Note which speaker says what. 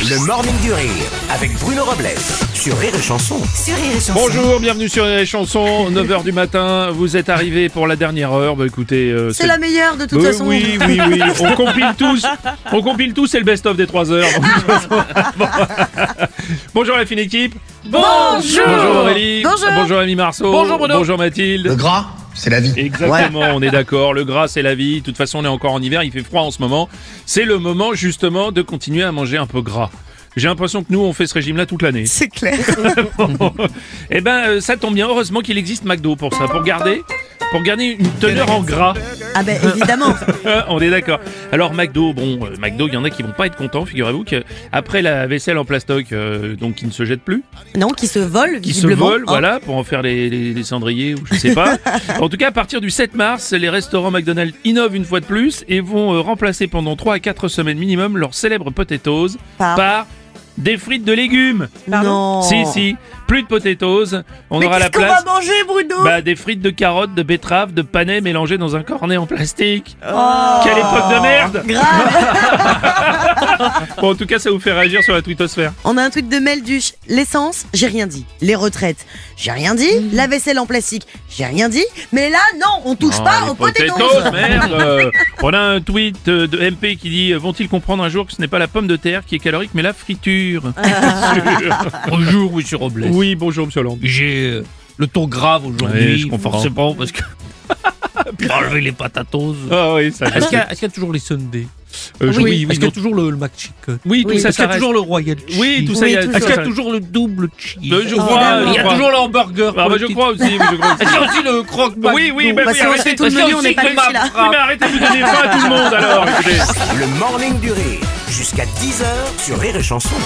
Speaker 1: Le Morning du Rire avec Bruno Robles sur Rire et Chanson.
Speaker 2: sur Rire et Chanson.
Speaker 3: Bonjour, bienvenue sur les chansons, 9h du matin, vous êtes arrivés pour la dernière heure, bah écoutez... euh,
Speaker 2: C'est la meilleure de toute
Speaker 3: Euh,
Speaker 2: façon.
Speaker 3: oui, oui, oui, on compile tous, on compile tous, c'est le best-of des 3 heures. Bon. Bonjour la fine équipe.
Speaker 2: Bonjour.
Speaker 3: Bonjour Aurélie.
Speaker 2: Bonjour.
Speaker 3: Ami Marceau.
Speaker 4: Bonjour, Bruno.
Speaker 3: Bonjour Mathilde.
Speaker 5: Le gras, c'est la vie.
Speaker 3: Exactement, on est d'accord, le gras c'est la vie, de toute façon on est encore en hiver, il fait froid en ce moment. C'est le moment justement de continuer à manger un peu gras. J'ai l'impression que nous on fait ce régime là toute l'année.
Speaker 2: C'est clair.
Speaker 3: Eh ben, euh, ça tombe bien. Heureusement qu'il existe McDo pour ça, pour garder, pour garder une teneur en gras.
Speaker 2: Ah ben évidemment.
Speaker 3: On est d'accord. Alors McDo, bon, euh, McDo, il y en a qui vont pas être contents. Figurez-vous que après la vaisselle en plastoc, euh, donc qui ne se jette plus,
Speaker 2: Non, qui se vole
Speaker 3: qui se
Speaker 2: visiblement.
Speaker 3: vole,
Speaker 2: Oh.
Speaker 3: voilà, pour en faire les, les- les cendriers ou je sais pas. en tout cas, à partir du 7 mars, les restaurants McDonald's innovent une fois de plus et vont euh, remplacer pendant 3 à 4 semaines minimum leurs célèbres potatoes
Speaker 2: Par-
Speaker 3: par des frites de légumes.
Speaker 2: Non.
Speaker 3: Si si, plus de potatoes, on
Speaker 2: Mais
Speaker 3: aura la
Speaker 2: qu'est-ce qu'on
Speaker 3: place.
Speaker 2: va manger, Bruno
Speaker 3: Bah des frites de carottes, de betteraves, de panais mélangées dans un cornet en plastique.
Speaker 2: Oh.
Speaker 3: Quelle époque de merde
Speaker 2: Grave.
Speaker 3: Bon en tout cas ça vous fait réagir sur la twittosphère.
Speaker 2: On a un tweet de Melduche. L'essence, j'ai rien dit. Les retraites, j'ai rien dit. La vaisselle en plastique, j'ai rien dit. Mais là, non, on touche
Speaker 3: Oh,
Speaker 2: pas
Speaker 3: les
Speaker 2: aux
Speaker 3: potatoes,
Speaker 2: potatoes.
Speaker 3: merde euh, On a un tweet euh, de MP qui dit euh, Vont-ils comprendre un jour que ce n'est pas la pomme de terre qui est calorique mais la friture
Speaker 4: Bonjour, monsieur Robles.
Speaker 3: Oui bonjour monsieur Hollande.
Speaker 4: J'ai euh, le ton grave
Speaker 3: Ouais,
Speaker 4: aujourd'hui.
Speaker 3: je comprends.
Speaker 4: Forcément, parce que. Pour enlever les patatos.
Speaker 3: Ah oui ça
Speaker 4: Est-ce qu'il y, a- est-ce qu'il y a toujours les Sundays
Speaker 3: Euh, je-
Speaker 4: Est-ce qu'il y a
Speaker 3: donc-
Speaker 4: toujours le, le McChicken
Speaker 3: oui, tout
Speaker 2: Oui,
Speaker 3: ça
Speaker 4: Est-ce qu'il y a
Speaker 3: s'arrête.
Speaker 4: toujours le Royal Cheese
Speaker 3: Oui tout ça
Speaker 2: Oui,
Speaker 3: il y a
Speaker 2: tout
Speaker 3: tout
Speaker 4: Est-ce qu'il y
Speaker 3: ça.
Speaker 4: a toujours le double cheese
Speaker 3: Euh, je crois,
Speaker 2: Évidemment.
Speaker 3: je
Speaker 4: Il y a
Speaker 3: crois.
Speaker 4: toujours le hamburger.
Speaker 3: Ah,
Speaker 4: pour
Speaker 3: bah,
Speaker 4: le
Speaker 3: je
Speaker 4: petit-
Speaker 3: crois aussi, oui, je crois aussi.
Speaker 4: Est-ce qu'il y a aussi le croque
Speaker 3: Oui, oui, bah,
Speaker 2: Parce
Speaker 3: oui,
Speaker 2: qu'on
Speaker 3: arrêtez-
Speaker 2: fait tout le
Speaker 3: parce que-
Speaker 2: menu, on n'est pas
Speaker 3: Oui, mais
Speaker 2: dessus, là.
Speaker 3: arrêtez- mais arrêtez de donner faim à tout le monde alors écoutez.
Speaker 1: Le Morning du Rire jusqu'à 10h sur Rire et Chanson.